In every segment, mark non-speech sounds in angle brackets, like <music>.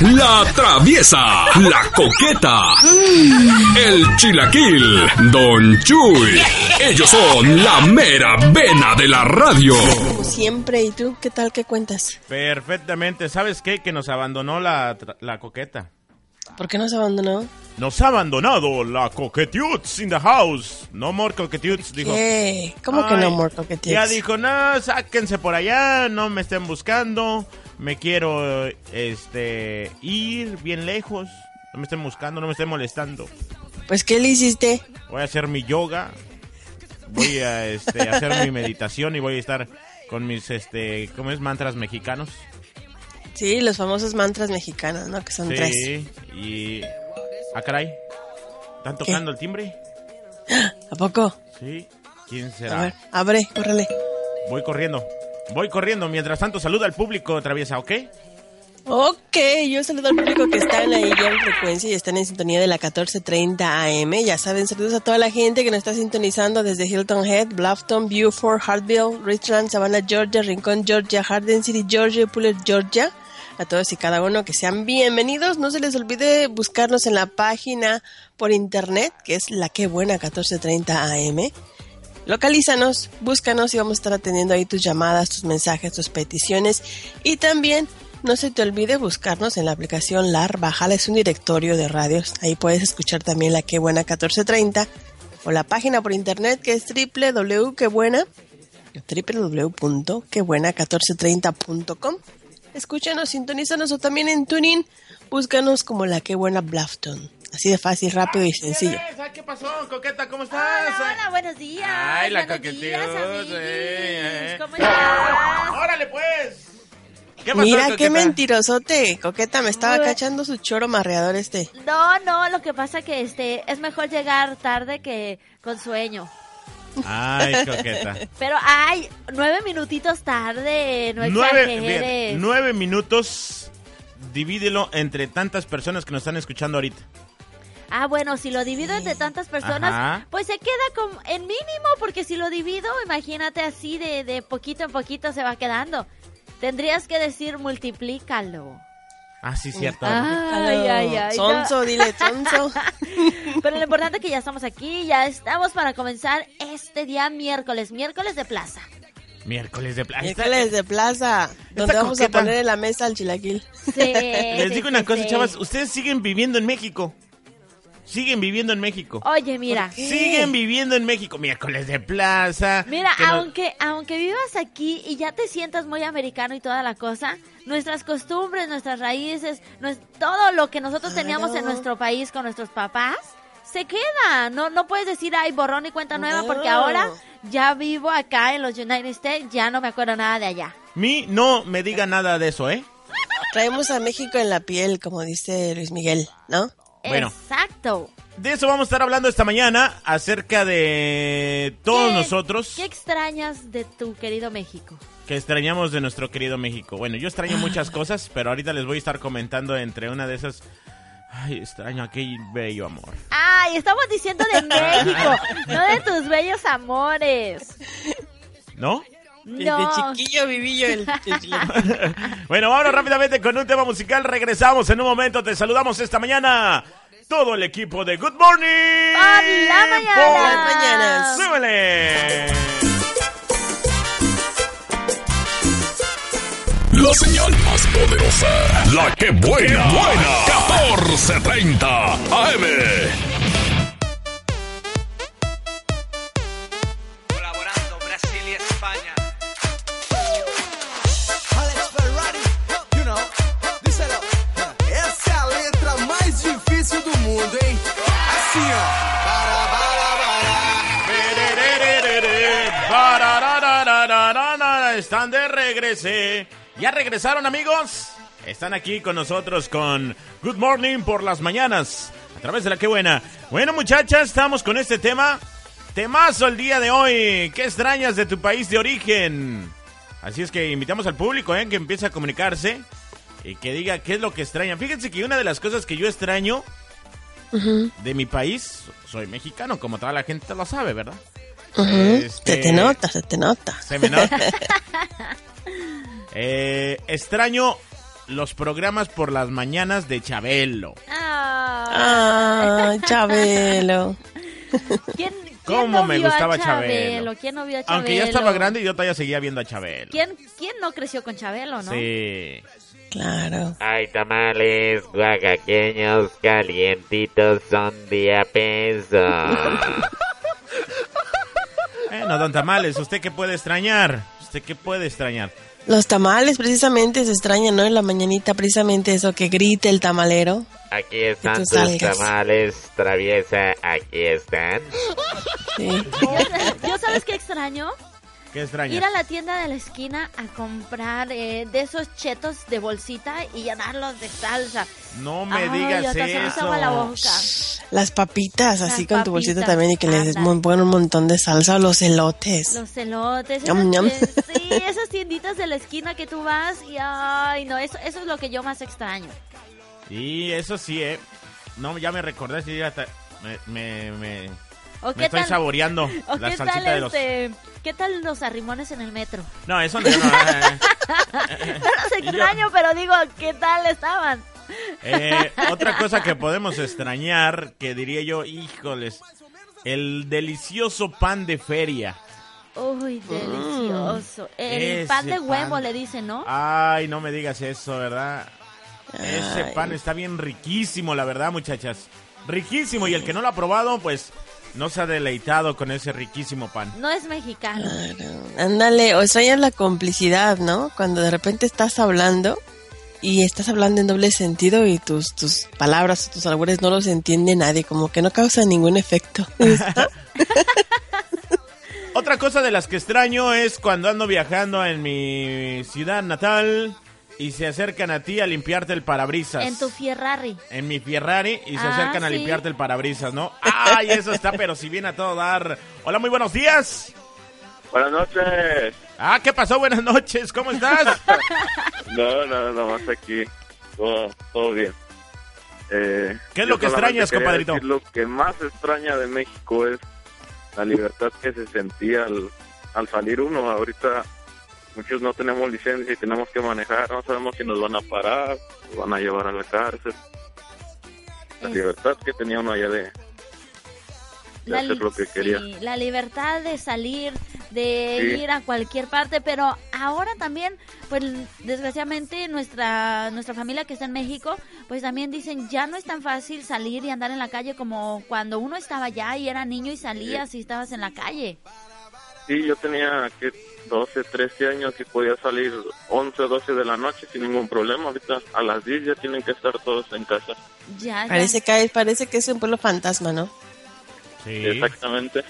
La traviesa, la coqueta, el chilaquil, Don Chuy. Ellos son la mera vena de la radio. Como siempre, ¿y tú qué tal? ¿Qué cuentas? Perfectamente. ¿Sabes qué? Que nos abandonó la, tra- la coqueta. ¿Por qué nos abandonó? Nos ha abandonado la coquetudes in the house. No more coquetudes, dijo. ¿Qué? ¿Cómo que no, Ay, Morco? ¿Qué Ya tienes? dijo, no, sáquense por allá, no me estén buscando, me quiero, este, ir bien lejos, no me estén buscando, no me estén molestando. Pues, ¿qué le hiciste? Voy a hacer mi yoga, voy a, este, hacer mi meditación y voy a estar con mis, este, ¿cómo es? Mantras mexicanos. Sí, los famosos mantras mexicanos, ¿no? Que son tres. Sí, y, ah, caray, ¿están tocando el timbre? ¿A poco? Sí, ¿quién A ver, será? abre, córrele. Voy corriendo, voy corriendo, mientras tanto saluda al público, traviesa, ¿ok? Ok, yo saludo al público que están ahí ya en frecuencia y están en sintonía de la 1430 AM. Ya saben, saludos a toda la gente que nos está sintonizando desde Hilton Head, Bluffton, Beaufort, Hartville, Richland, Savannah, Georgia, Rincón, Georgia, Harden City, Georgia, y Puller, Georgia. A todos y cada uno que sean bienvenidos. No se les olvide buscarnos en la página por internet, que es la que buena 1430 AM. Localízanos, búscanos y vamos a estar atendiendo ahí tus llamadas, tus mensajes, tus peticiones. Y también no se te olvide buscarnos en la aplicación LAR. Bájala, es un directorio de radios. Ahí puedes escuchar también la Qué Buena 1430 o la página por internet que es www.quebuena www.quebuena1430.com. Escúchanos, sintonízanos o también en TuneIn. Búscanos como la Qué Buena Blafton. Así de fácil, rápido y sencillo. Teresa, ¿Qué pasó, Coqueta? ¿Cómo estás? Hola, hola, buenos días. Ay, la buenos coqueteó, días, sí, eh. <laughs> amiguis. ¿Cómo estás? ¡Órale, pues! ¿Qué Mira qué Coqueta? mentirosote, Coqueta, me estaba Bueno. cachando su choro marreador este. No, no, lo que pasa que este es mejor llegar tarde que con sueño. Ay, Coqueta. Pero ay, nueve minutitos tarde, <laughs> no nueve, fíjate, exageres. nueve minutos, divídelo entre tantas personas que nos están escuchando ahorita. Ah, bueno, si lo divido entre tantas personas, Ajá. pues se queda como en mínimo, porque si lo divido, imagínate así de, de poquito en poquito se va quedando. Tendrías que decir multiplícalo. Ah, sí, cierto. Ay, ay, ay. no. Sonso, dile, <laughs> sonso. Pero lo importante es que ya estamos aquí, ya estamos para comenzar este día miércoles, miércoles de plaza. Miércoles de playa. Miércoles de plaza, donde vamos Coqueta. a poner en la mesa al chilaquil. Les digo una cosa, chavas. Ustedes siguen viviendo en México. Siguen viviendo en México. Oye, mira, qué? Siguen viviendo en México. Miércoles de plaza. mira, que no- aunque, aunque vivas aquí y ya te sientas muy americano y toda la cosa, nuestras costumbres, nuestras raíces, nues- todo lo que nosotros teníamos en Claro. nuestro país con nuestros papás, se queda. No, no puedes decir, ay, borrón y cuenta nueva, porque No. ahora ya vivo acá en los United States, ya no me acuerdo nada de allá. Mí no me diga nada de eso, ¿eh? Traemos a México en la piel, como dice Luis Miguel, ¿no? Bueno. Exacto. De eso vamos a estar hablando esta mañana acerca de todos ¿Qué- nosotros ¿Qué extrañas de tu querido México? que extrañamos de nuestro querido México. Bueno, yo Ah. extraño muchas cosas, pero ahorita les voy a estar comentando entre una de esas. Ay, extraño aquel bello amor. Ay, estamos diciendo <laughs> de México, no de tus bellos amores. ¿No? Desde No. chiquillo viví yo <laughs> el el chilaquil. Bueno, vámonos rápidamente con un tema musical. Regresamos en un momento. Te saludamos esta mañana. Todo el equipo de Good Morning. Por la por Las mañanas. mañana. ¡Súbele! La señal más poderosa, la que buena, buena. 1430 AM. colaborando Brasil y España. Alex Ferrari, you know, díselo. Essa é a letra mais difícil do mundo, hein? Assim, ó. Bara, bara, bara. Bararararararara, Están de regrese. ¿Ya regresaron, amigos? Están aquí con nosotros con Good Morning por las mañanas. A través de la que buena. Bueno, muchachas, estamos con este tema. Temazo el día de hoy. ¿Qué extrañas de tu país de origen? Así es que invitamos al público ¿eh? que empiece a comunicarse y que diga qué es lo que extraña. Fíjense que una de las cosas que yo extraño de mi país, soy mexicano, como toda la gente lo sabe, ¿verdad? Ujú, Este- ¿Eh? Se te nota, <laughs> se te nota. Se me nota. Eh, extraño los programas por las mañanas de Chabelo. Ah, Ah, Chabelo. ¿quién, quién ¿Cómo no me vio a gustaba Chabelo? ¿Quién no vio a Chabelo? Aunque ya estaba grande, yo todavía seguía viendo a Chabelo. ¿Quién, quién no creció con Chabelo, no? Sí. Claro. Hay tamales oaxaqueños calientitos son de a peso. Eh, no dan tamales. ¿Usted qué puede extrañar? ¿Usted qué puede extrañar? Los tamales precisamente se extrañan, ¿no? En la mañanita precisamente eso que grite el tamalero. Aquí están tus tus algas. tamales, traviesa, aquí están. Sí. <laughs> Yo- ¿Yo sabes qué extraño? ¿Qué extraña? Ir a la tienda de la esquina a comprar eh, de esos chetos de bolsita y llenarlos de salsa. No me Ay, digas hasta se me hizo agua la eso. boca. Las papitas, así Las con tu bolsita papitas, también y que le des ándale. muy bueno un montón de salsa o los elotes. Los elotes, esas, Ñam, ñam. eh, <laughs> sí, esas tienditas de la esquina que tú vas y ay, no, eso, eso es lo que yo más extraño. Sí, eso sí, eh. No, ya me recordaste. ya hasta- me, me, me- ¿O me estoy saboreando o la qué salsita tal de los... este, qué tal los arrimones en el metro? <laughs> No, eso no. no, eh, No los extraño, pero digo, ¿qué tal estaban? eh, otra cosa que podemos extrañar, que diría yo, híjoles, el delicioso pan de feria. Uy, Mm. delicioso. El Ese pan de huevo pan. Ah. le dicen, ¿no? Ay, no me digas eso, ¿verdad? Ese Ay. pan está bien riquísimo, la verdad, muchachas. Riquísimo, y el que no lo ha probado, pues no se ha deleitado con ese riquísimo pan. No es mexicano. Claro. Ándale, o extrañas la complicidad, ¿no? Cuando de repente estás hablando y estás hablando en doble sentido y tus, tus palabras, tus albures no los entiende nadie, como que no causa ningún <laughs> efecto. Otra cosa de las que extraño es cuando ando viajando en mi ciudad natal y se acercan a ti a limpiarte el parabrisas. En tu Ferrari. En mi Ferrari y se Ah, acercan a sí. limpiarte el parabrisas, ¿no? ¡Ay, eso está, pero si viene a todo dar! Hola, muy buenos días. Buenas noches. Ah, ¿qué pasó? Buenas noches, ¿cómo <laughs> estás? No, no, no más aquí. Todo, todo bien. Eh, ¿Qué es lo yo que solamente extrañas, quería compadrito? decir Lo que más extraña de México es la libertad que se sentía al, al salir uno. Ahorita muchos no tenemos licencia y tenemos que manejar. No sabemos si nos van a parar, nos van a llevar a la cárcel. La Es- libertad que tenía uno allá de, de hacer li- lo que quería. sí, la libertad de salir, de Sí. ir a cualquier parte, pero ahora también, pues desgraciadamente nuestra nuestra familia que está en México, pues también dicen, ya no es tan fácil salir y andar en la calle como cuando uno estaba allá y era niño y salías y estabas en la calle. Sí, yo tenía que 12, 13 años y podía salir 11, 12 de la noche sin ningún problema. Ahorita a las 10 ya tienen que estar todos en casa. Ya, ya. parece, que hay- parece que es un pueblo fantasma, ¿no? Sí, Exactamente.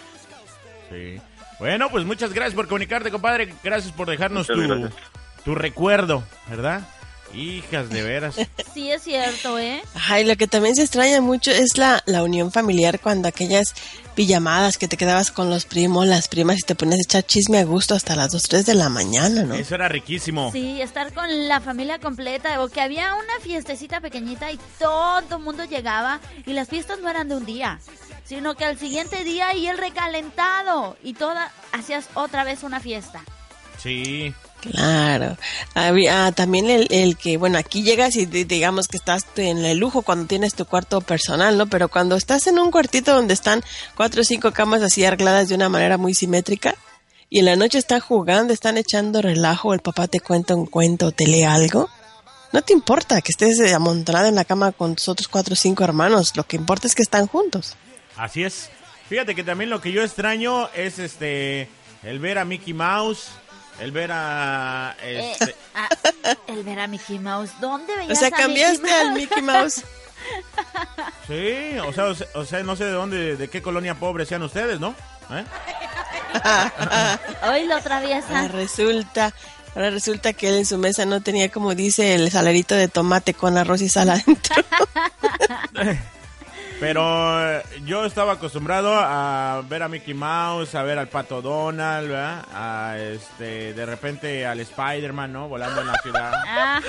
sí. Bueno, pues muchas gracias por comunicarte, compadre. Gracias por dejarnos Muchas tu, gracias. tu recuerdo, ¿verdad? Hijas de <laughs> veras. sí es cierto, ¿eh? Ay, lo que también se extraña mucho es la, la unión familiar cuando aquellas pijamadas que te quedabas con los primos, las primas y te ponías a echar chisme a gusto hasta las 2, 3 de la mañana, ¿no? Eso era riquísimo. Sí, estar con la familia completa o que había una fiestecita pequeñita y todo el mundo llegaba y las fiestas no eran de un día, sino que al siguiente día y el recalentado y toda hacías otra vez una fiesta. Sí. Claro. Había- ah, también el, el que, bueno, aquí llegas y di- digamos que estás en el lujo cuando tienes tu cuarto personal, ¿no? Pero cuando estás en un cuartito donde están cuatro o cinco camas así arregladas de una manera muy simétrica y en la noche están jugando, están echando relajo, el papá te cuenta un cuento, te lee algo. No te importa que estés eh, amontonada en la cama con tus otros cuatro o cinco hermanos, lo que importa es que están juntos. Así es. Fíjate que también lo que yo extraño es este el ver a Mickey Mouse, el ver a Eh, este, ah, el ver a Mickey Mouse, ¿dónde O veías sea, a Mickey cambiaste al Mouse? Mickey Mouse. sí, o sea, o sea- o sea, no sé de dónde de qué colonia pobre sean ustedes, ¿no? ¿Eh? Hoy lo Ahora traviesa. resulta, ahora resulta que él en su mesa no tenía, como dice, el salerito de tomate con arroz y sal adentro. Pero eh, yo estaba acostumbrado a ver a Mickey Mouse, a ver al Pato Donald, ¿verdad? A este de repente al Spider-Man, ¿no? Volando en la ciudad. Ajá,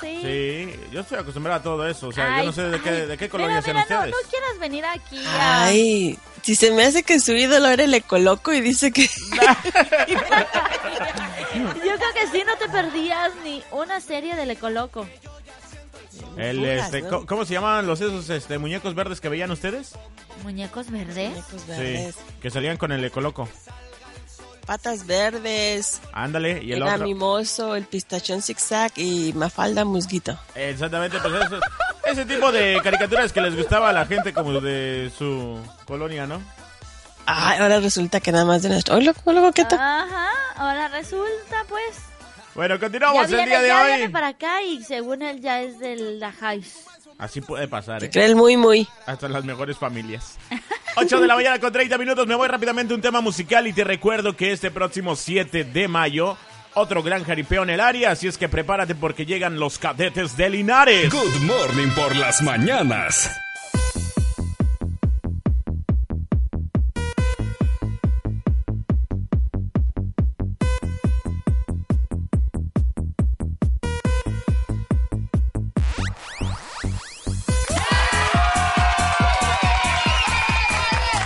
sí. Sí, yo estoy acostumbrado a todo eso, o sea, Ay, yo no sé de qué ay, de qué mira, colonia sean mira, ustedes. No, no quieras venir aquí a... Ay, si se me hace que su ídolo era el ecoloco y dice que... Yo creo que sí, no te perdías ni una serie del Ecoloco. El, Fugas, este, ¿no? co- ¿Cómo se llamaban los esos este, muñecos verdes que veían ustedes? Muñecos verdes. Muñecos Sí, ¿Eh? verdes, que salían con el ecoloco. Patas verdes, Ándale, y el era otro. mimoso, el pistachón zigzag y mafalda musguito. Exactamente, pues eso- ese tipo de caricaturas que les gustaba a la gente como de su colonia, ¿no? Ah, ahora resulta que nada más de nuestro. ¡Ay, loco, loco, qué tal! Ajá, ahora resulta pues. Bueno, Ya continuamos el viene, día de ya viene hoy. para acá y según él ya es de la Hives. Así puede pasar, Te ¿eh? cree el muy, muy. Hasta las mejores <laughs> familias. 8 de la mañana con 30 minutos. Me voy rápidamente a un tema musical y te recuerdo que este próximo 7 de mayo, otro gran jaripeo en el área. Así es que prepárate porque llegan los cadetes de Linares. Good Morning por las mañanas.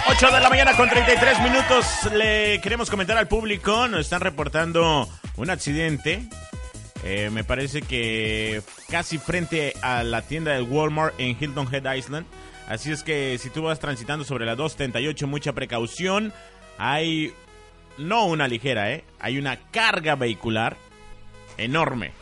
Ocho de la mañana con 33 minutos. Le queremos comentar al público. Nos están reportando un accidente. Eh, me parece que casi frente a la tienda del Walmart en Hilton Head Island. Así es que si tú vas transitando sobre la 238, mucha precaución. Hay no una ligera, ¿eh? Hay una carga vehicular enorme.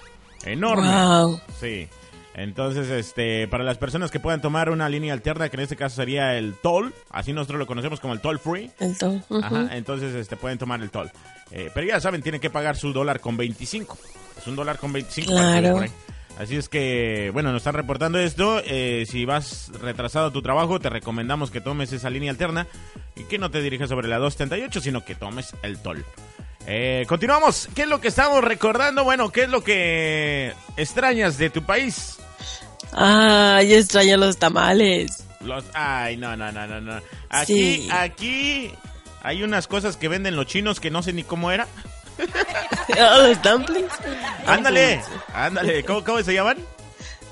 Enorme. ¡Wow! Sí. Entonces, este, para las personas que puedan tomar una línea alterna, que en este caso sería el toll, así nosotros lo conocemos como el toll free. El to- ujú. Ajá, entonces este, pueden tomar el toll. Eh, pero ya saben, tienen que pagar su dólar con 25. Es un dólar con 25. para que Claro. por ahí. Así es que, bueno, nos están reportando esto. Eh, si vas retrasado a tu trabajo, te recomendamos que tomes esa línea alterna y que no te dirijas sobre la 278, sino que tomes el toll. Eh, continuamos. ¿Qué es lo que estamos recordando? Bueno, ¿qué es lo que extrañas de tu país? ¡Ay, extraño los tamales! <laughs> Los, ay, no, no, no, no, no. Aquí, Sí. aquí hay unas cosas que venden los chinos que no sé ni cómo era. Ah, los dumplings! Ándale, Dumplings. ándale, ¿cómo, cómo se llaman?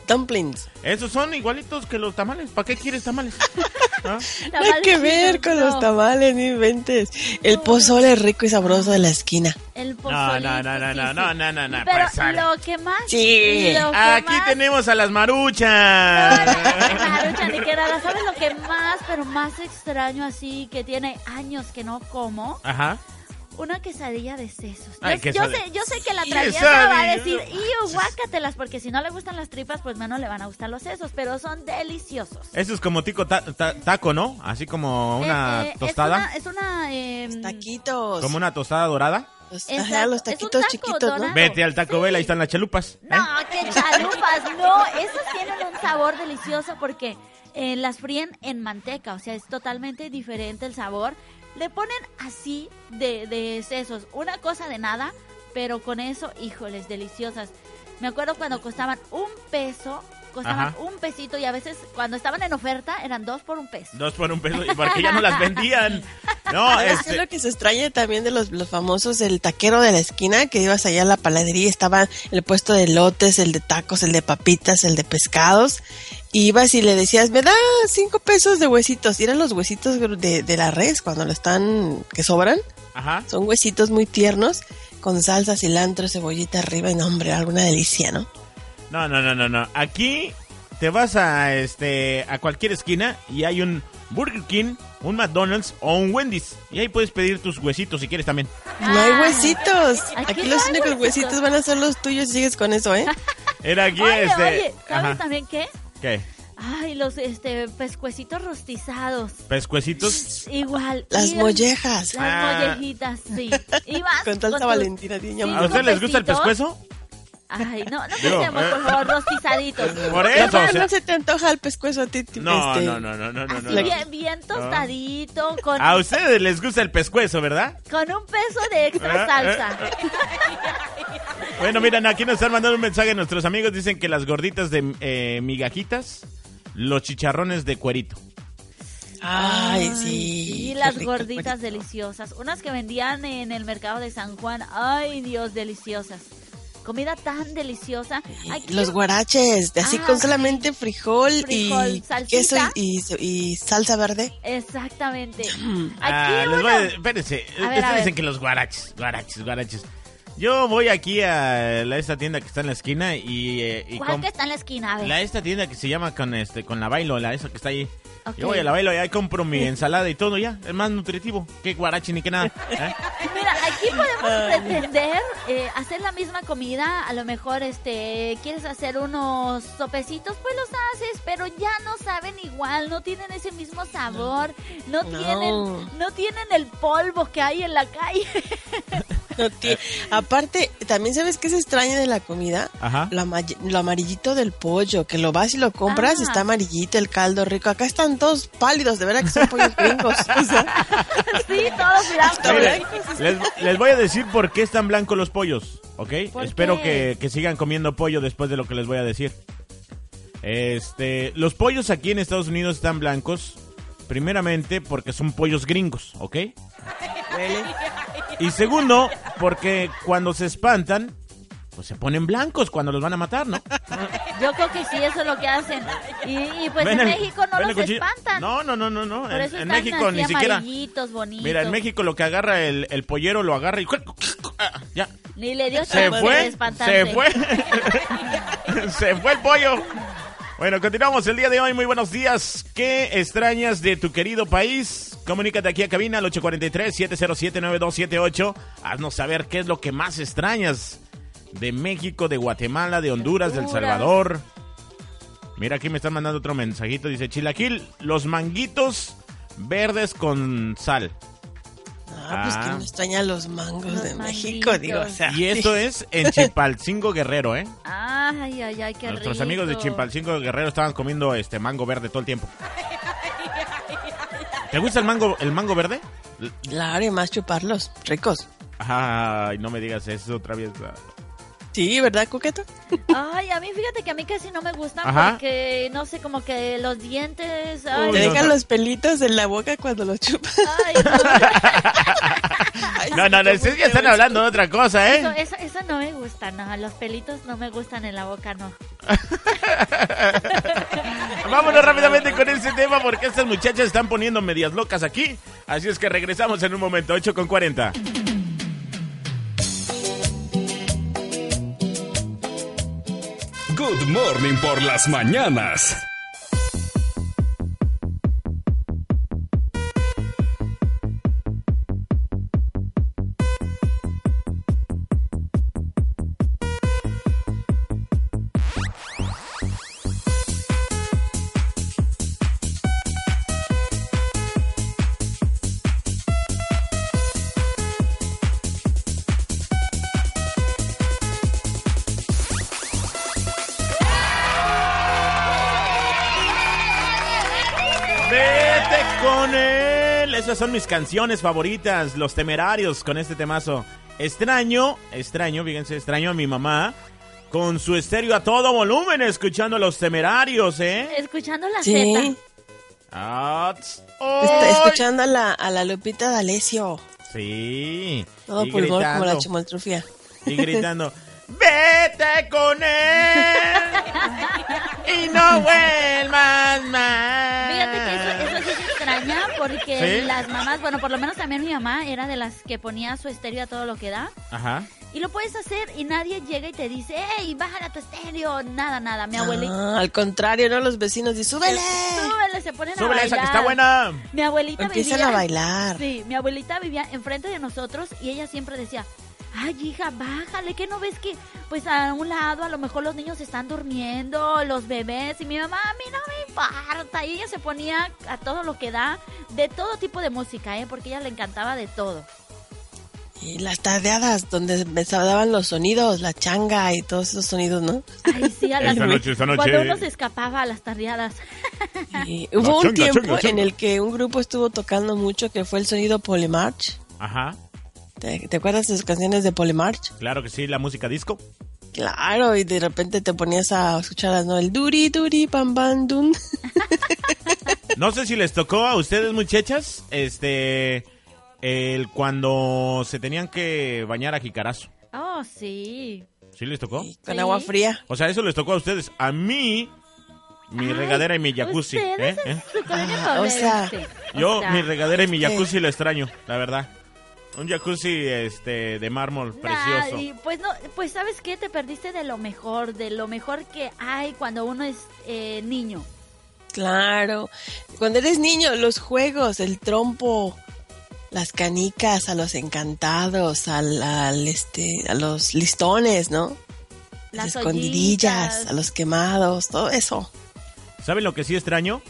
Dumplings. Esos son igualitos que los tamales. ¿Para qué quieres <laughs> tamales? ¿Ah? Nada que ver con los tamales, ni inventes. El pozole rico y sabroso de la esquina. El No, no, no, no, pozolito, no, no, sí, sí. no, no, no, Pero pasar. lo que más. Sí. lo que Aquí más- <laughs> tenemos a las maruchas. Marucha, ni que nada. ¿Sabes lo que más, pero más extraño así que tiene años que no como? Ajá. Una quesadilla de sesos. Ay, yo, yo quesadilla. sé, yo sé que la Quesadilla. traviesa va a decir, ¡y guácatelas! Porque si no le gustan las tripas, pues menos le van a gustar los sesos, pero son deliciosos. Eso es como tico ta- ta- taco, ¿no? Así como una Eh, eh, tostada. Es una. es una, em, Taquitos. Como una tostada dorada. Los, Exacto, ajá, los es un taquitos taco, chiquitos, ¿no? Donald. Vete al Taco Bell, ahí están las chalupas. ¿eh? No, qué chalupas, no. Esas tienen un sabor delicioso porque eh, las fríen en manteca, o sea, es totalmente diferente el sabor. Le ponen así de, de sesos, una cosa de nada, pero con eso, híjoles, deliciosas. Me acuerdo cuando costaban un peso, costaban Ajá. un pesito y a veces cuando estaban en oferta eran dos por un peso. Dos por un peso. Y porque ya no las <laughs> vendían. No, ¿Sabes qué este. es lo que se extraña también de los, los famosos, el taquero de la esquina, que ibas allá a la panadería, estaba el puesto de lotes, el de tacos, el de papitas, el de pescados, y ibas y le decías, me da cinco pesos de huesitos, y eran los huesitos gru- de, de la res, cuando lo están, que sobran, Ajá. son huesitos muy tiernos, con salsa, cilantro, cebollita arriba, y no, hombre, alguna delicia, ¿no? No, no, no, no, no. Aquí te vas a este a cualquier esquina y hay un Burger King, un McDonald's o un Wendy's y ahí puedes pedir tus huesitos si quieres también. No hay huesitos, Ah, Aquí aquí no los hay únicos huesitos. huesitos van a ser los tuyos, si sigues con <laughs> eso, ¿eh? Era aquí Oye, este. oye, ¿sabes ajá. también qué? ¿Qué? Ay, los este pescuecitos rostizados. Pescuecitos. Igual. Las y- mollejas. Las Ah. mollejitas, sí. <laughs> Y vas Con salsa tu- valentina, niña. Sí, ¿A ustedes les gusta el ¿Pescuecitos? pescuezo? Ay, no, no Digo, pensemos, eh. por favor, <laughs> rostizaditos. Por Ya eso. o para sea- no se te antoja el pescuezo a ti. tipo, no, este, no, no, no, no, no, Así no. Ah, bien, bien tostadito, con, A ustedes les gusta el pescuezo, ¿verdad? con un peso de Eh, extra salsa. Bueno, miren, aquí nos están mandando un mensaje nuestros amigos. Dicen que las gorditas de eh, migajitas, los chicharrones de cuerito. <laughs> Ay, Ay, sí. Y qué las rico, gorditas rico. deliciosas. Unas que vendían en el mercado de San Juan. Ay, Dios, deliciosas. Comida tan deliciosa. Aquí- Los guaraches, de así Ah, con solamente frijol, Frijol, y salsita. queso y, y- y salsa verde. Exactamente. Aquí <clears throat> Ah, les uno- voy a- espérense, A ver, a ustedes ver. dicen que los guaraches, guaraches, guaraches. Yo voy aquí a la- esta tienda que está en la esquina y, eh, y ¿Cuál comp- que está en la esquina? A ver. la esta tienda que se llama con este con la bailo, la esa que está ahí. Ok. Yo voy a la bailo y ahí compro mi ensalada y todo ya, es más nutritivo que guarachi ni que <laughs> nada. ¿eh? Mira, aquí podemos Ah, pretender eh, hacer la misma comida. A lo mejor, este, quieres hacer unos sopecitos, pues los haces, pero ya no saben igual, no tienen ese mismo sabor, no, No. tienen, no tienen el polvo que hay en la calle. <laughs> No ti- <laughs> Aparte, también sabes qué es extraño de la comida. Ajá. Lo, ama- lo amarillito del pollo, que lo vas y lo compras, Ah. está amarillito el caldo rico. Acá están todos pálidos, de verdad que son pollos <laughs> gringos. O sea, <laughs> sí, todos Está miramos. bien. Miren, les, les voy a decir por qué están blancos los pollos, ¿ok? ¿Por Espero qué? que, que sigan comiendo pollo después de lo que les voy a decir. Este, los pollos aquí en Estados Unidos están blancos, primeramente porque son pollos gringos, ¿ok? Y segundo, porque cuando se espantan, pues se ponen blancos cuando los van a matar, ¿no? Pues Yo creo que sí, eso es lo que hacen. Y, y pues Ven en el- México no ven el los cuchillo. espantan. No, no, no, no, no. Por En, eso en están México así ni siquiera. amarillitos, bonitos. Mira, en México lo que agarra el, el pollero lo agarra y <laughs> ah, ya. Ni le dio Se chance de fue, espantarse. se fue, <laughs> se fue el pollo. Bueno, continuamos el día de hoy. Muy buenos días. ¿Qué extrañas de tu querido país? Comunícate aquí a cabina al 843-707-9278. Haznos saber qué es lo que más extrañas de México, de Guatemala, de Honduras, del Honduras. Salvador. Mira, aquí me están mandando otro mensajito. Dice, Chilaquil, los manguitos verdes con sal. <laughs> Ah, pues que Ah. no extraña los mangos Los de México, manguitos. digo, o sea. Y esto es <laughs> en Chipalcingo Guerrero, ¿eh? Ay, ay, ay, qué Nuestros amigos de rico. Chimpalcingo Guerrero estaban comiendo este mango verde todo el tiempo. ¿Te gusta el mango, el mango verde? L- Claro, y más chuparlos, ricos. Ay, no me digas eso otra vez. Sí, ¿verdad, Coqueto? Ay, a mí fíjate que a mí casi no me gustan Ajá. porque no sé, como que los dientes. Ay, Te Uy, no, dejan no. los pelitos en la boca cuando los chupas. ay, no, Ay, No, no, no, qué ustedes ya feo están es. hablando de otra cosa, <laughs> eso, ¿eh? eso, eso no me gusta, no. Los pelitos no me gustan en la boca, no. Vámonos rápidamente con ese tema porque estas muchachas están poniendo medias locas aquí. Así es que regresamos en un momento, 8 con 40. Good Morning por las mañanas. Vete con él. Esas son mis canciones favoritas, Los Temerarios, con este temazo. Extraño, extraño, fíjense, extraño a mi mamá con su estéreo a todo volumen, escuchando a Los Temerarios, ¿eh? Escuchando <laughs> la Sí, Z. Ah, tss, está ¡ay! escuchando a la, a la Lupita D'Alessio. Sí. Todo y pulmón como la gritando, chimoltrufia. Y gritando, vete con él y no vuelvas más. Fíjate que eso, eso sí se extraña porque ¿Sí? las mamás, bueno, por lo menos también mi mamá era de las que ponía su estéreo a todo lo que da. Ajá. Y lo puedes hacer y nadie llega y te dice, hey, bájale a tu estéreo. Nada, nada. Mi abuelita. Ah, al contrario, ¿no? Los vecinos dicen, ¡súbele! Súbele, se ponen a Súbele bailar. esa que está buena. Mi abuelita Empiezan vivía- a bailar. Sí, mi abuelita vivía enfrente de nosotros y ella siempre decía, ay hija, bájale, que no ves que pues a un lado a lo mejor los niños están durmiendo, los bebés y mi mamá a mí no me importa. Y ella se ponía a todo lo que da de todo tipo de música, ¿eh? porque a ella le encantaba de todo. Y las tardeadas donde me daban los sonidos, la changa y todos esos sonidos, ¿no? Ay, sí, <laughs> a las Esta noche, esta noche. Cuando uno se escapaba a las tardeadas. Y hubo un changa, tiempo changa, changa. en el que un grupo estuvo tocando mucho que fue el sonido Polemarch. Ajá. ¿Te, te acuerdas de sus canciones de Polemarch? Claro que sí, la música disco. Claro, y de repente te ponías a escucharlas, ¿no? El duri duri pam pam dun. No sé si les tocó a ustedes, muchachas, este. El cuando se tenían que bañar a jicarazo. Oh, sí. ¿Sí les tocó? Y Con agua fría. O sea, eso les tocó a ustedes. A mí, mi Ay, regadera y mi jacuzzi. ¿eh? ustedes en ¿Eh? su colonia Ah, o sea, pobleste. O Yo, sea, mi regadera y mi jacuzzi la extraño, la verdad. Un jacuzzi este, de mármol Nah, precioso. y pues no, pues sabes qué, te perdiste de lo mejor, de lo mejor que hay cuando uno es eh, niño. Claro. Cuando eres niño, los juegos, el trompo, las canicas, a los encantados, al, al, este, a los listones, ¿no? Las, Las escondidillas, ollitas. a los quemados, todo eso. ¿Saben lo que sí extraño?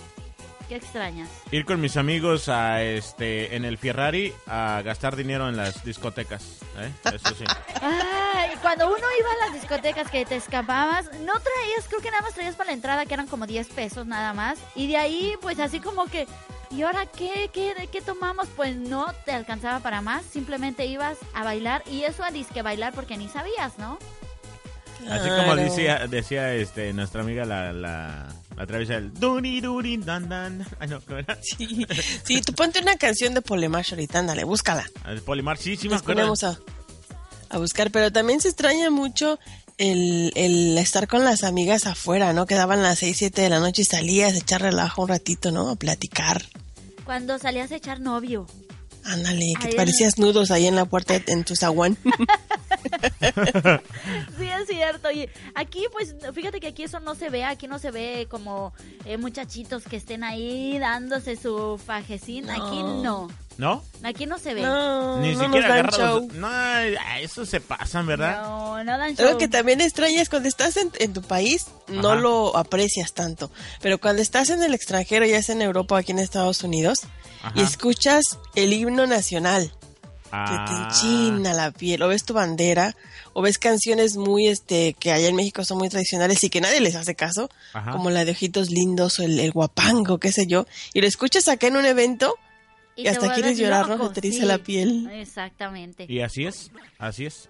Qué extrañas. Ir con mis amigos a este en el Ferrari a gastar dinero en las discotecas. ¿eh? Eso sí. Ay, cuando uno iba a las discotecas que te escapabas, no traías, creo que nada más traías para la entrada que eran como 10 pesos nada más. Y de ahí, pues así como que, ¿y ahora qué, qué, qué tomamos? Pues no te alcanzaba para más, simplemente ibas a bailar y eso a disque bailar porque ni sabías, ¿no? Así como Claro. decía, decía este, nuestra amiga la, la, la traviesa del duri duri dan dan. Ay, no, ¿cómo era? Sí, sí, tú ponte una canción de Polemash ahorita, ándale, búscala. El Polimar, sí, sí me Nos acuerdo. ponemos a, a buscar, pero también se extraña mucho el, el estar con las amigas afuera, ¿no? Quedaban las 6, 7 de la noche y salías a echar relajo un ratito, ¿no? A platicar. Cuando salías a echar novio. Ándale, que Ahí te en- parecías nudos ahí en la puerta, en tu zaguán. Sí, es cierto. Y aquí, pues, fíjate que aquí eso no se ve. Aquí no se ve como eh, muchachitos que estén ahí dándose su fajecín. Aquí no. ¿No? Aquí no se ve. No, Ni no nos siquiera dan agarrados. show. No, ay, eso se pasan, ¿verdad? No, no dan Algo show. que también extrañas cuando estás en, en tu país, no Ajá. lo aprecias tanto. Pero cuando estás en el extranjero, ya sea en Europa o aquí en Estados Unidos, Ajá. y escuchas el himno nacional, que te Ah. enchina la piel, o ves tu bandera, o ves canciones muy, este, que allá en México son muy tradicionales y que nadie les hace caso, Ajá. como la de Ojitos Lindos o el, el Guapango, qué sé yo, y lo escuchas acá en un evento, y te hasta vuelves quieres llorar, ¿no? loco, Se te eriza la piel. Exactamente. Y así es, así es.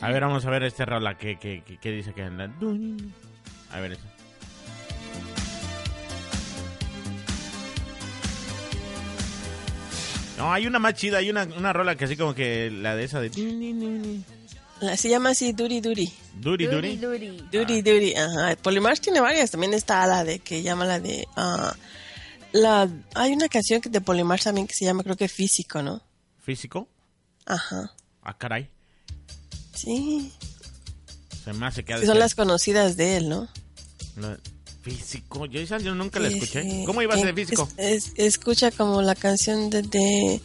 A ver, vamos a ver este rola que, que, que- que dice que anda. Dun. A ver eso. No, hay una más chida, hay una, una rola que así como que la de esa de... La- se llama así Duri Duri. Duri, duri. Duri, duri. Duri, Ah. duri, ajá. Polymarch tiene varias, también está la de que llama la de... ah, la, hay una canción que de Polymarch también que se llama creo que Físico, ¿no? Físico. Ajá, Ah, caray. sí. Se me hace que... ha de Que son ser- las conocidas de él, ¿no? la- Físico. Yo esa yo nunca la Sí, escuché. sí. ¿Cómo iba a Este, Que ser físico? es- es- escucha como la canción de, de-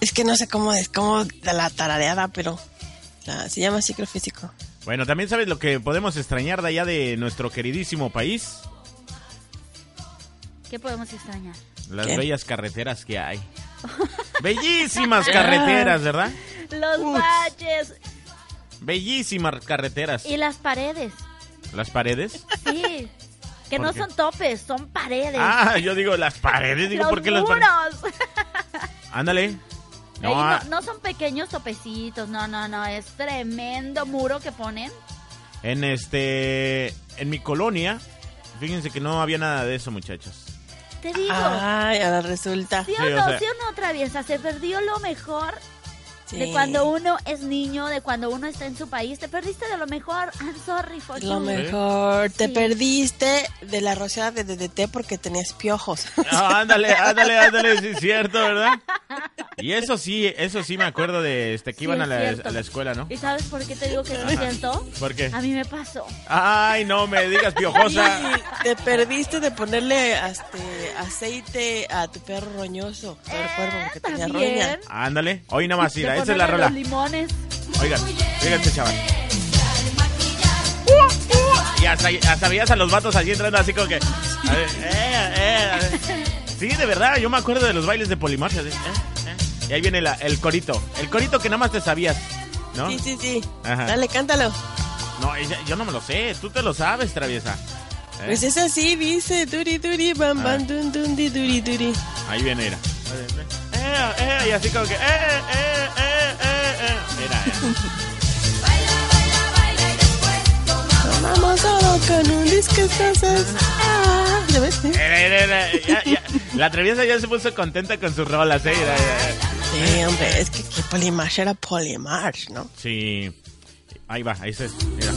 Es que no sé cómo es, como de la tarareada, pero... la- se llama así creo Físico. Bueno, también sabes lo que podemos extrañar de allá de nuestro queridísimo país. ¿Qué podemos extrañar? Las ¿Qué? bellas carreteras que <laughs> hay. Bellísimas Ah. carreteras, ¿verdad? Los Uts. baches Bellísimas carreteras. y las paredes. ¿Las paredes? <laughs> Sí. Que ¿Por no qué? son topes, son paredes. Ah, yo digo las paredes, digo, los ¿por qué las paredes? muros. Ándale. Ahí No, No, ah, no son pequeños topecitos, no, no, no, es tremendo muro que ponen. en este, en mi colonia, fíjense que no había nada de eso, <laughs> muchachos. Te digo, Ay, ahora resulta. si sí, o uno, sea- si uno atraviesa, se perdió lo mejor de Sí. cuando uno es niño, de cuando uno está en su país, te perdiste de lo mejor. I'm sorry for Lo you. mejor, te Sí. perdiste de la rociada de DDT porque tenías piojos. Ah, ándale, ándale, ándale, sí es cierto, ¿verdad? Y eso sí, eso sí me acuerdo de este, que Sí, iban a es la, cierto. a la escuela, ¿no? ¿Y sabes por qué te digo que no es Ajá. cierto? ¿Por qué? A mí me pasó. Ay, no me digas <laughs> piojosa. Y te perdiste de ponerle este, aceite a tu perro roñoso, perro cuervo, porque tenía roña. También. Ándale, hoy nada más, de mira, Ah, esa es ponerle la rola. Los limones. Oigan, fíjense, chaval. Y hasta, hasta veías a los vatos así entrando así como que... a ver, eh, eh, a ver. Sí, de verdad, yo me acuerdo de los bailes de Polimarcha. así, eh, eh. Y ahí viene la- el corito. El corito que nada más te sabías, ¿no? Sí, sí, sí. Ajá. Dale, cántalo. No, ella- yo no me lo sé, tú te lo sabes, traviesa. ¿Eh? Pues es así, dice, duri, duri, bam, A bam, dun, dun, di, duri, duri. Ahí viene, era. Eh, eh, y así como que... Eh, eh, eh, eh, eh. Mira, eh. Vamos solo con un disco entonces. Ah, ¿lo ves? Sí, Era, era, era, ya, ya. La traviesa ya se puso contenta con sus rolas, eh. Era, era, era. hombre, es que, que Polymarch era Polymarch, ¿no? Sí. Ahí va, ahí se. Mira.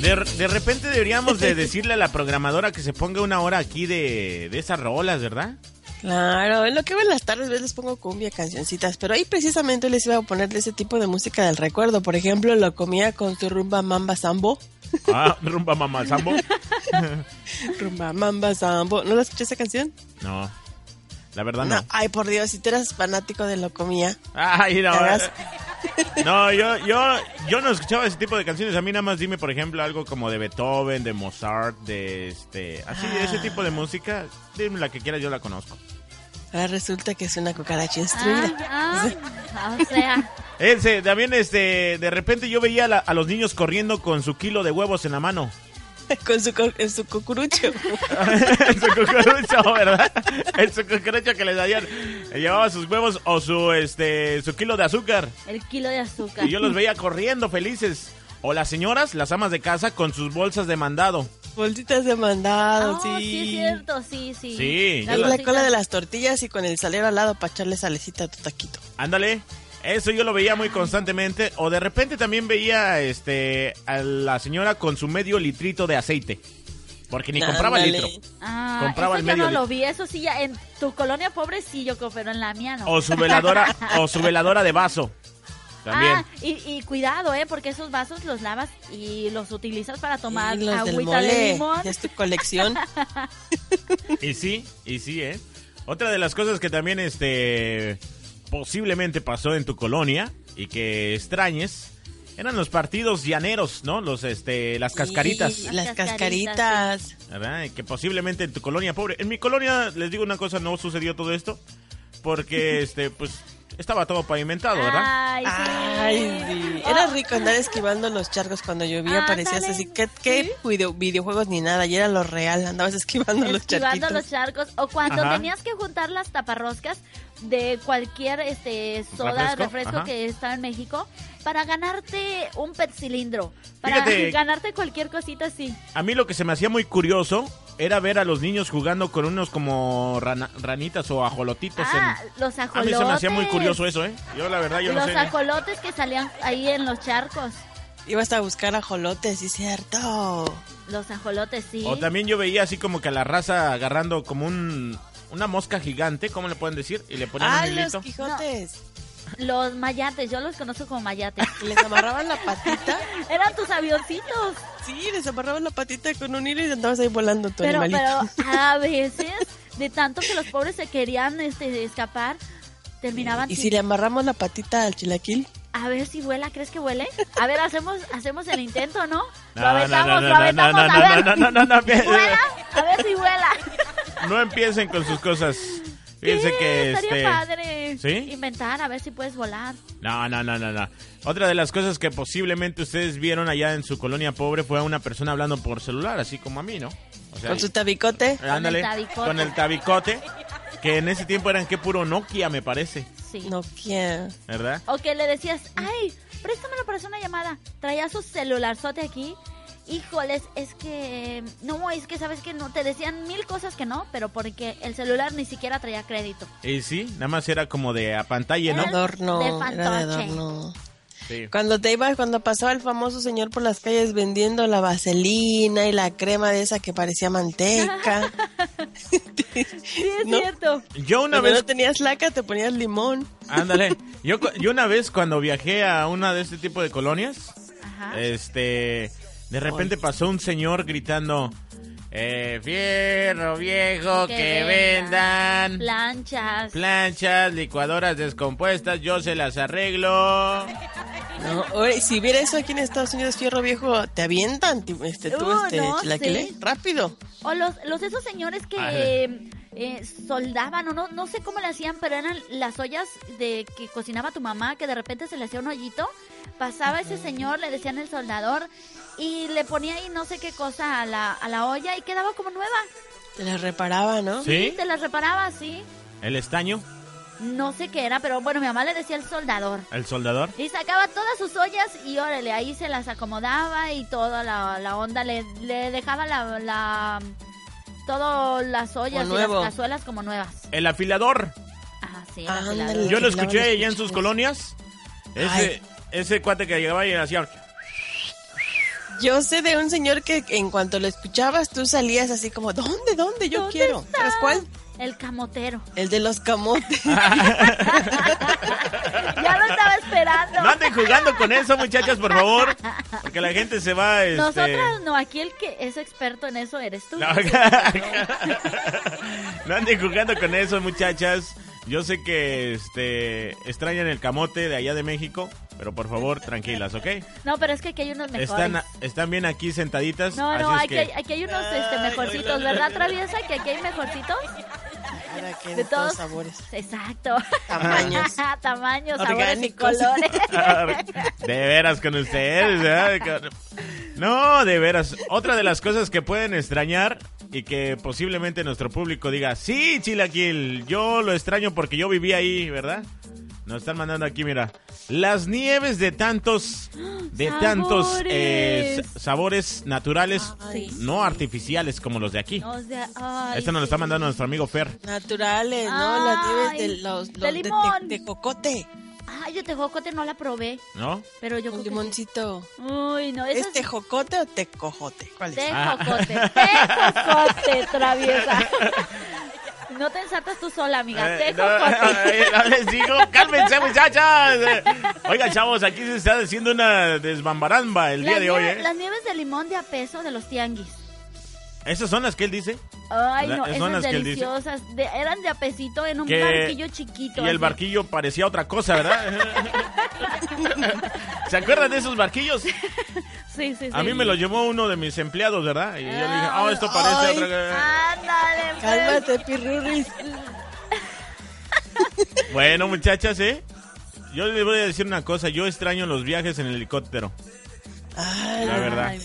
de, de repente deberíamos <laughs> de decirle a la programadora que se ponga una hora aquí de, de esas rolas, ¿verdad? Claro, en lo que veo en las tardes ves, les pongo cumbia, cancioncitas, pero ahí precisamente les iba a poner de ese tipo de música del recuerdo. Por ejemplo, lo comía con su rumba mamba sambo. Ah, rumba mamá sambo. Rumba mamba sambo. ¿No la escuché esa canción? No, la verdad No. Ah, no. Ay, por Dios, si tú eras fanático de lo comía. Ay, no. eh. ¿Te vas? No, yo, yo, yo no escuchaba ese tipo de canciones. A mí nada más dime, por ejemplo, algo como de Beethoven, de Mozart, de este... Así, de ese tipo de música. Dime la que quieras, yo la conozco. Ahora resulta que es una cucaracha Ah, instruida. ah, o sea, Ese, también este, de repente yo veía a, la- a los niños corriendo con su kilo de huevos en la mano. <laughs> <laughs> Con su, co- su cucurucho. su cucurucho, ¿verdad? El su cucurucho que les darían. Eh, Llevaba sus huevos o su, este, su kilo de azúcar. el kilo de azúcar. Y yo los veía corriendo felices. O las señoras, las amas de casa, con sus bolsas de mandado. Bolsitas de mandado, Oh, Ah, sí. sí, es cierto, sí, sí. Sí, Y yo la bolsita. cola de las tortillas y con el salero al lado para echarle salecita a tu taquito. Ándale. Eso yo lo veía muy constantemente. O de repente también veía este, a la señora con su medio litrito de aceite. Porque ni compraba Ándale. litro. Ah, Compraba eso el yo medio no litro. lo vi, eso sí, ya en tu colonia pobre sí, yo creo, pero en la mía no. O su veladora, o su veladora de vaso. También. Ah, y, y cuidado, ¿eh? Porque esos vasos los lavas y los utilizas para tomar Y los del agüita mole. <laughs> de limón. Ya es tu colección. Y sí, y sí, ¿eh? Otra de las cosas que también este posiblemente pasó en tu colonia y que extrañes eran los partidos llaneros, ¿no? Los este las cascaritas, Sí, las Las cascaritas. cascaritas, ¿verdad? Y Que posiblemente en tu colonia pobre. En mi colonia les digo una cosa, no sucedió todo esto porque este pues estaba todo pavimentado, Ah, ¿verdad? Ay, sí. Ay, sí. Era rico andar esquivando los charcos cuando llovía. Ah, parecías ándale. así. ¿Qué, qué video- videojuegos ni nada? Y era lo real. Andabas esquivando, los esquivando charquitos. los charcos o cuando Ajá. tenías que juntar las taparroscas de cualquier este soda Refresco, refresco, ajá. que estaba en México para ganarte un pet cilindro para Fíjate. <laughs> ganarte cualquier cosita así A mí lo que se me hacía muy curioso era ver a los niños jugando con unos como rana- ranitas o ajolotitos ah Pues en los A mí ajolotes se me hacía muy curioso eso, ¿eh? Yo la verdad yo los no sé. ajolotes que salían ahí en los charcos Ibas a buscar ajolotes, sí, cierto. los ajolotes sí O también yo veía así como que a la raza agarrando como un una mosca gigante, ¿cómo le pueden decir? Y le ponían Ah, un los hilito. quijotes. los mayates yo los conozco como mayates Y les amarraban la patita. <laughs> <laughs> eran tus avioncitos Sí, les amarraban la patita con un hilo y andabas ahí volando tu pero, animalito. pero <laughs> a veces, de tanto que los pobres se querían este, escapar, terminaban... Y sin- si le amarramos la patita al chilaquil, A ver si vuela, ¿crees que huele? A ver, hacemos, hacemos el intento, ¿no? No, lo aventamos, no, no, lo no, aventamos, no, no, a ver. no, no, no, no, no. <laughs> ¿Vuela? A ver si vuela. No empiecen con sus cosas. Fíjense Sí, que <laughs> estaría este padre. ¿Sí? Inventar, a ver si puedes volar. No, no, no, no, no. Otra de las cosas que posiblemente ustedes vieron allá en su colonia pobre fue a una persona hablando por celular, así como a mí, ¿no? O sea, con su tabicote. ándale, Con el tabicote. con el tabicote, que en ese tiempo eran que puro Nokia, me parece, Sí. No, ¿quién? ¿verdad? O que le decías, ay, préstamelo para hacer una llamada. Traía su celularzote aquí. Híjoles, es que. No, es que sabes que no. Te decían mil cosas que no, pero porque el celular ni siquiera traía crédito. Y sí, nada más era como de a pantalla, ¿no? Era Adorno, de era de fantoche. adorno. Sí. Cuando te ibas, cuando pasaba el famoso señor por las calles vendiendo la vaselina y la crema de esa que parecía <laughs> manteca. Sí, es ¿No? cierto. Yo una Cuando vez no tenías laca, te ponías limón. Ándale. Yo, cu- yo una vez cuando viajé a una de este tipo de colonias, Ajá. este, de repente pasó un señor gritando, eh, fierro viejo, que, Que vendan vendan Planchas. planchas, licuadoras descompuestas, yo se las arreglo. No, oye, si viera eso aquí en Estados Unidos, fierro viejo, te avientan, ti- este, tú, Uh, este, no, chilaquile, sí. rápido. O los, los esos señores que Ajá. eh, soldaban, o no, no sé cómo le hacían, pero eran las ollas de que cocinaba tu mamá, que de repente se le hacía un hoyito, pasaba ese señor, le decían el soldador, y le ponía ahí no sé qué cosa a la, a la olla y quedaba como nueva. Te la reparaba, ¿no? ¿Sí? Y te la reparaba así. El estaño, No sé qué era, pero bueno, mi mamá le decía el soldador. el soldador. Y sacaba todas sus ollas y órale, ahí se las acomodaba y toda la, la onda, le, le dejaba la, la todas las ollas Como y las nuevo. cazuelas como nuevas. El afilador. Ah, sí, Ah, afilador. ándale. Yo Claro, lo escuché lo allá en sus escuché. colonias. Ese, Ay. ese cuate que llegaba y hacía... Yo sé de un señor que en cuanto lo escuchabas, tú salías así como, ¿dónde, dónde? Yo ¿Dónde quiero. está? ¿Sabes cuál? El camotero. El de los camotes. <laughs> ya lo estaba esperando. No este- anden jugando con eso, muchachas, por favor. Porque la gente se va. Este... Nosotras no, aquí el que es experto en eso eres tú. No, <laughs> <laughs> no anden jugando con eso, muchachas. Yo sé que este extrañan el camote de allá de México, pero por favor, tranquilas, ¿ok? No, pero es que aquí hay unos mejores. Están, están bien aquí sentaditas. No, no, así es aquí, hay- que- aquí hay unos este, mejorcitos, ¿verdad, Traviesa? Que aquí hay mejorcitos Para que de, de, todos todos sabores. Exacto. Tamaños. <laughs> Tamaños, sabores y Orgánicos. colores. <laughs> De veras con ustedes. ¿verdad? No, de veras. Otra de las cosas que pueden extrañar y que posiblemente nuestro público diga, sí, Chilaquil, yo lo extraño porque yo viví ahí, ¿verdad? Nos están mandando aquí, mira, las nieves de tantos, de tantos eh, Sabores. sa- sabores naturales, Ay, no artificiales como los de aquí. O sea, ay, Esto nos Este lo está sí. mandando nuestro amigo Fer. Naturales, ¿no? Las nieves de Ay, los, de los limón. de cocote. Ay, yo te jocote no la probé, ¿No? pero yo Un creo que sí. limoncito. Uy, no, ¿Es eso Este es tejocote o tecojote? ¿Cuál es? Te Ah. jocote, te <laughs> jocote, traviesa. No te ensartas tú sola, amiga, te Eh, <laughs> no, jocote. eh, no les digo, cálmense, muchachas. Eh, Oigan, chavos, aquí se está haciendo una desbambaramba el día Las de hoy, nieves- ¿eh? Las nieves de limón de a peso de los tianguis. Esas son las que él dice. Ay, La- no, son las esas que él dice. deliciosas. De- eran de a pesito en un Que- barquillo chiquito. Y el así. barquillo parecía otra cosa, ¿verdad? ¿Se acuerdan de esos barquillos? Sí, sí, sí. A mí me lo llevó uno de mis empleados, ¿verdad? Y yo le dije, ah, esto Ay. parece otra cosa. Ándale, pues. Cálmate, <laughs> pirurris. Bueno, muchachas, ¿eh? Yo les voy a decir una cosa. Yo extraño los viajes en helicóptero, Ay, la verdad. Ay,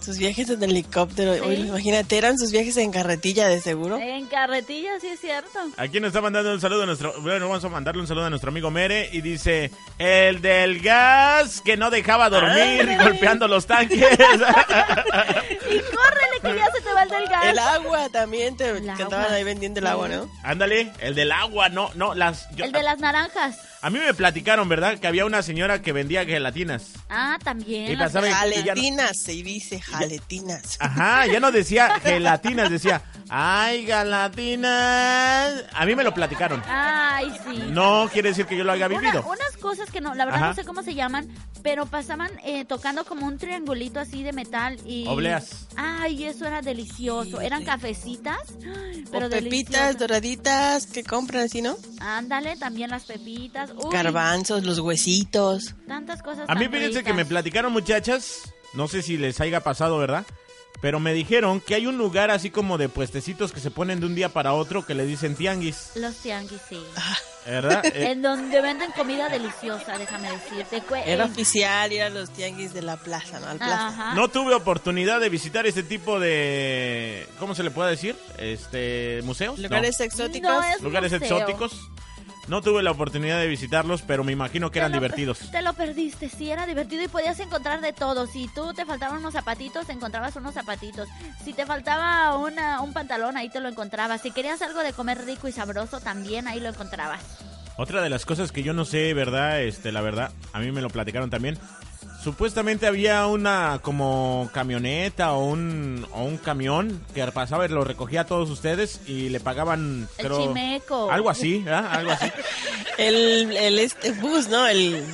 sus viajes en helicóptero. Uy, Sí. imagínate, eran sus viajes en carretilla, de seguro. En carretilla, sí es cierto. Aquí nos está mandando un saludo a nuestro. Bueno, vamos a mandarle un saludo a nuestro amigo Mere y dice: El del gas que no dejaba dormir Ay. golpeando los tanques. <laughs> Y córrele que ya se te va el del gas. El agua también, te El que agua. andaban ahí vendiendo el agua, ¿no? Ándale, el del agua, no, no, las. yo- El de las naranjas. A mí me platicaron, ¿verdad? Que había una señora que vendía gelatinas. Ah, Y también. las- pasaba y- y ya no- Jaletinas, se dice, jaletinas. Ajá, ya no <laughs> decía gelatinas, decía, ay, gelatinas. A mí me lo platicaron. Ay, sí. No quiere decir que yo lo haya Una- vivido. unas cosas que no, la verdad Ajá. no sé cómo se llaman, pero pasaban eh, tocando como un triangulito así de metal y... Obleas. Ay, eso era delicioso. Eran cafecitas, ay, pero o pepitas deliciosas. doraditas que compran, ¿sí, no? Ándale, también las pepitas. Uy, Garbanzos, los huesitos. Tantas cosas A mí tan fíjense ricas. que me platicaron muchachas, no sé si les haya pasado, ¿verdad? Pero me dijeron que hay un lugar así como de puestecitos que se ponen de un día para otro que le dicen tianguis, Los tianguis, sí. ¿verdad? Eh, En donde venden comida deliciosa, déjame decirte. Cu- Era eh, oficial ir a los tianguis de la plaza, ¿no? Al Ah. plaza. Ajá. no tuve oportunidad de visitar este tipo de, ¿cómo se le puede decir? Este, museos. No. Lugares exóticos. No, es- Lugares museo. exóticos. No tuve la oportunidad de visitarlos, pero me imagino que eran Te lo- divertidos. Te lo perdiste, sí, era divertido y podías encontrar de todo. Si tú te faltaban unos zapatitos, te encontrabas unos zapatitos. Si te faltaba una, un pantalón, ahí te lo encontrabas. Si querías algo de comer rico y sabroso, también ahí lo encontrabas. Otra de las cosas que yo no sé, ¿verdad? Este, la verdad, a mí me lo platicaron también. Supuestamente había una como camioneta o un, o un camión que pasaba y lo recogía a todos ustedes y le pagaban El creo, chimeco. Algo así, ¿verdad? Algo así. El, el este bus, ¿no? El,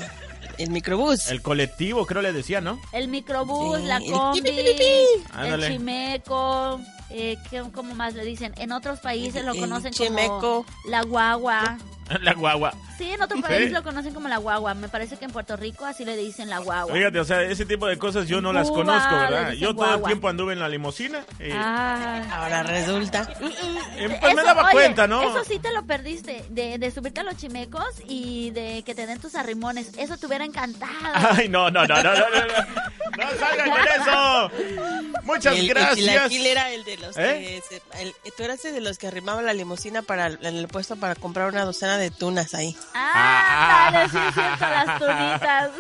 el microbús. El colectivo creo le decía, ¿no? El microbús, Sí, la el combi, pi, pi, pi, pi. el Ándale. chimeco, eh, ¿qué- ¿cómo más le dicen? En otros países lo El conocen como chimeco. la guagua. <laughs> La guagua. Sí, en otro país Sí. lo conocen como la guagua. Me parece que en Puerto Rico así le dicen la guagua. Fíjate, o sea, ese tipo de cosas yo no las Cuba, conozco, le ¿verdad? dicen Yo todo el guagua. tiempo anduve en la limusina y Ah. Ahora resulta. eh, pues, Eso, me daba oye, cuenta, ¿no? Eso sí te lo perdiste, de, de subirte a los chimecos y de que te den tus arrimones. Eso te hubiera encantado. <laughs> Ay, no, no, no, no, no, no. No ¡No salgan <laughs> con eso. Muchas el, el gracias. chilaquil era el de los ¿Eh? que se- el- tú eras el de los que arrimaban la limusina para el- en el puesto para comprar una docena de tunas ahí. Ah, Ah. dale, sí es cierto, las tunitas.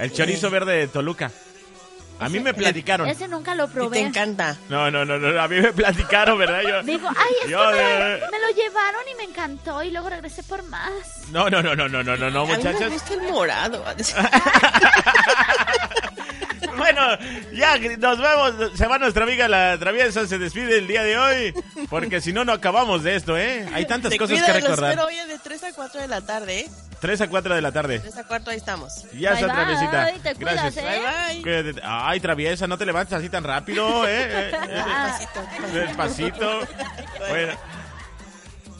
El chorizo verde de Toluca. A mí me platicaron. Ese nunca lo Y te probé. encanta. No, no, no, no, a mí me platicaron, ¿verdad? Yo- Digo, ay, es que Yo, me, eh, me lo llevaron y me encantó y luego regresé por más. No, no, no, no, no, no, no, no, <laughs> A mí me muchachas. gusta el morado. Bueno, ya nos vemos. Se va nuestra amiga la traviesa, se despide el día de hoy. Porque si no, no acabamos de esto, ¿eh? Hay tantas Te cosas cuidas, que los espero recordar. hoy de 3 a 4 de la tarde, ¿eh? 3 a 4 de la tarde. 3 a 4, ahí estamos. Ya Bye, está, bye, travesita. te cuidas, Gracias. ¿eh? Bye, bye. Cuídate. Ay, traviesa, no te levantes así tan rápido, ¿eh? Eh, <laughs> eh, Despacito, eh, despacito. Despacito. Bueno.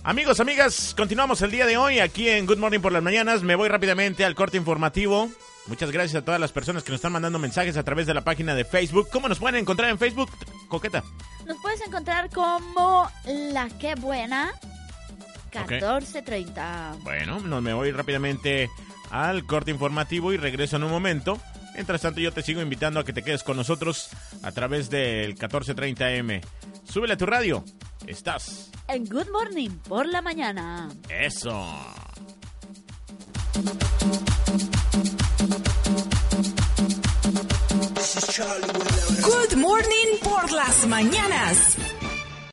Amigos, amigas, continuamos el día de hoy aquí en Good Morning por las Mañanas. Me voy rápidamente al corte informativo. Muchas gracias a todas las personas que nos están mandando mensajes a través de la página de Facebook. ¿Cómo nos pueden encontrar en Facebook, Coqueta? Nos puedes encontrar como La Que Buena Ok. 1430. Bueno, no, me voy rápidamente al corte informativo y regreso en un momento. Mientras tanto, yo te sigo invitando a que te quedes con nosotros a través del 1430M. Súbele a tu radio. Estás. En Good Morning por la mañana. Eso. Good Morning por las mañanas.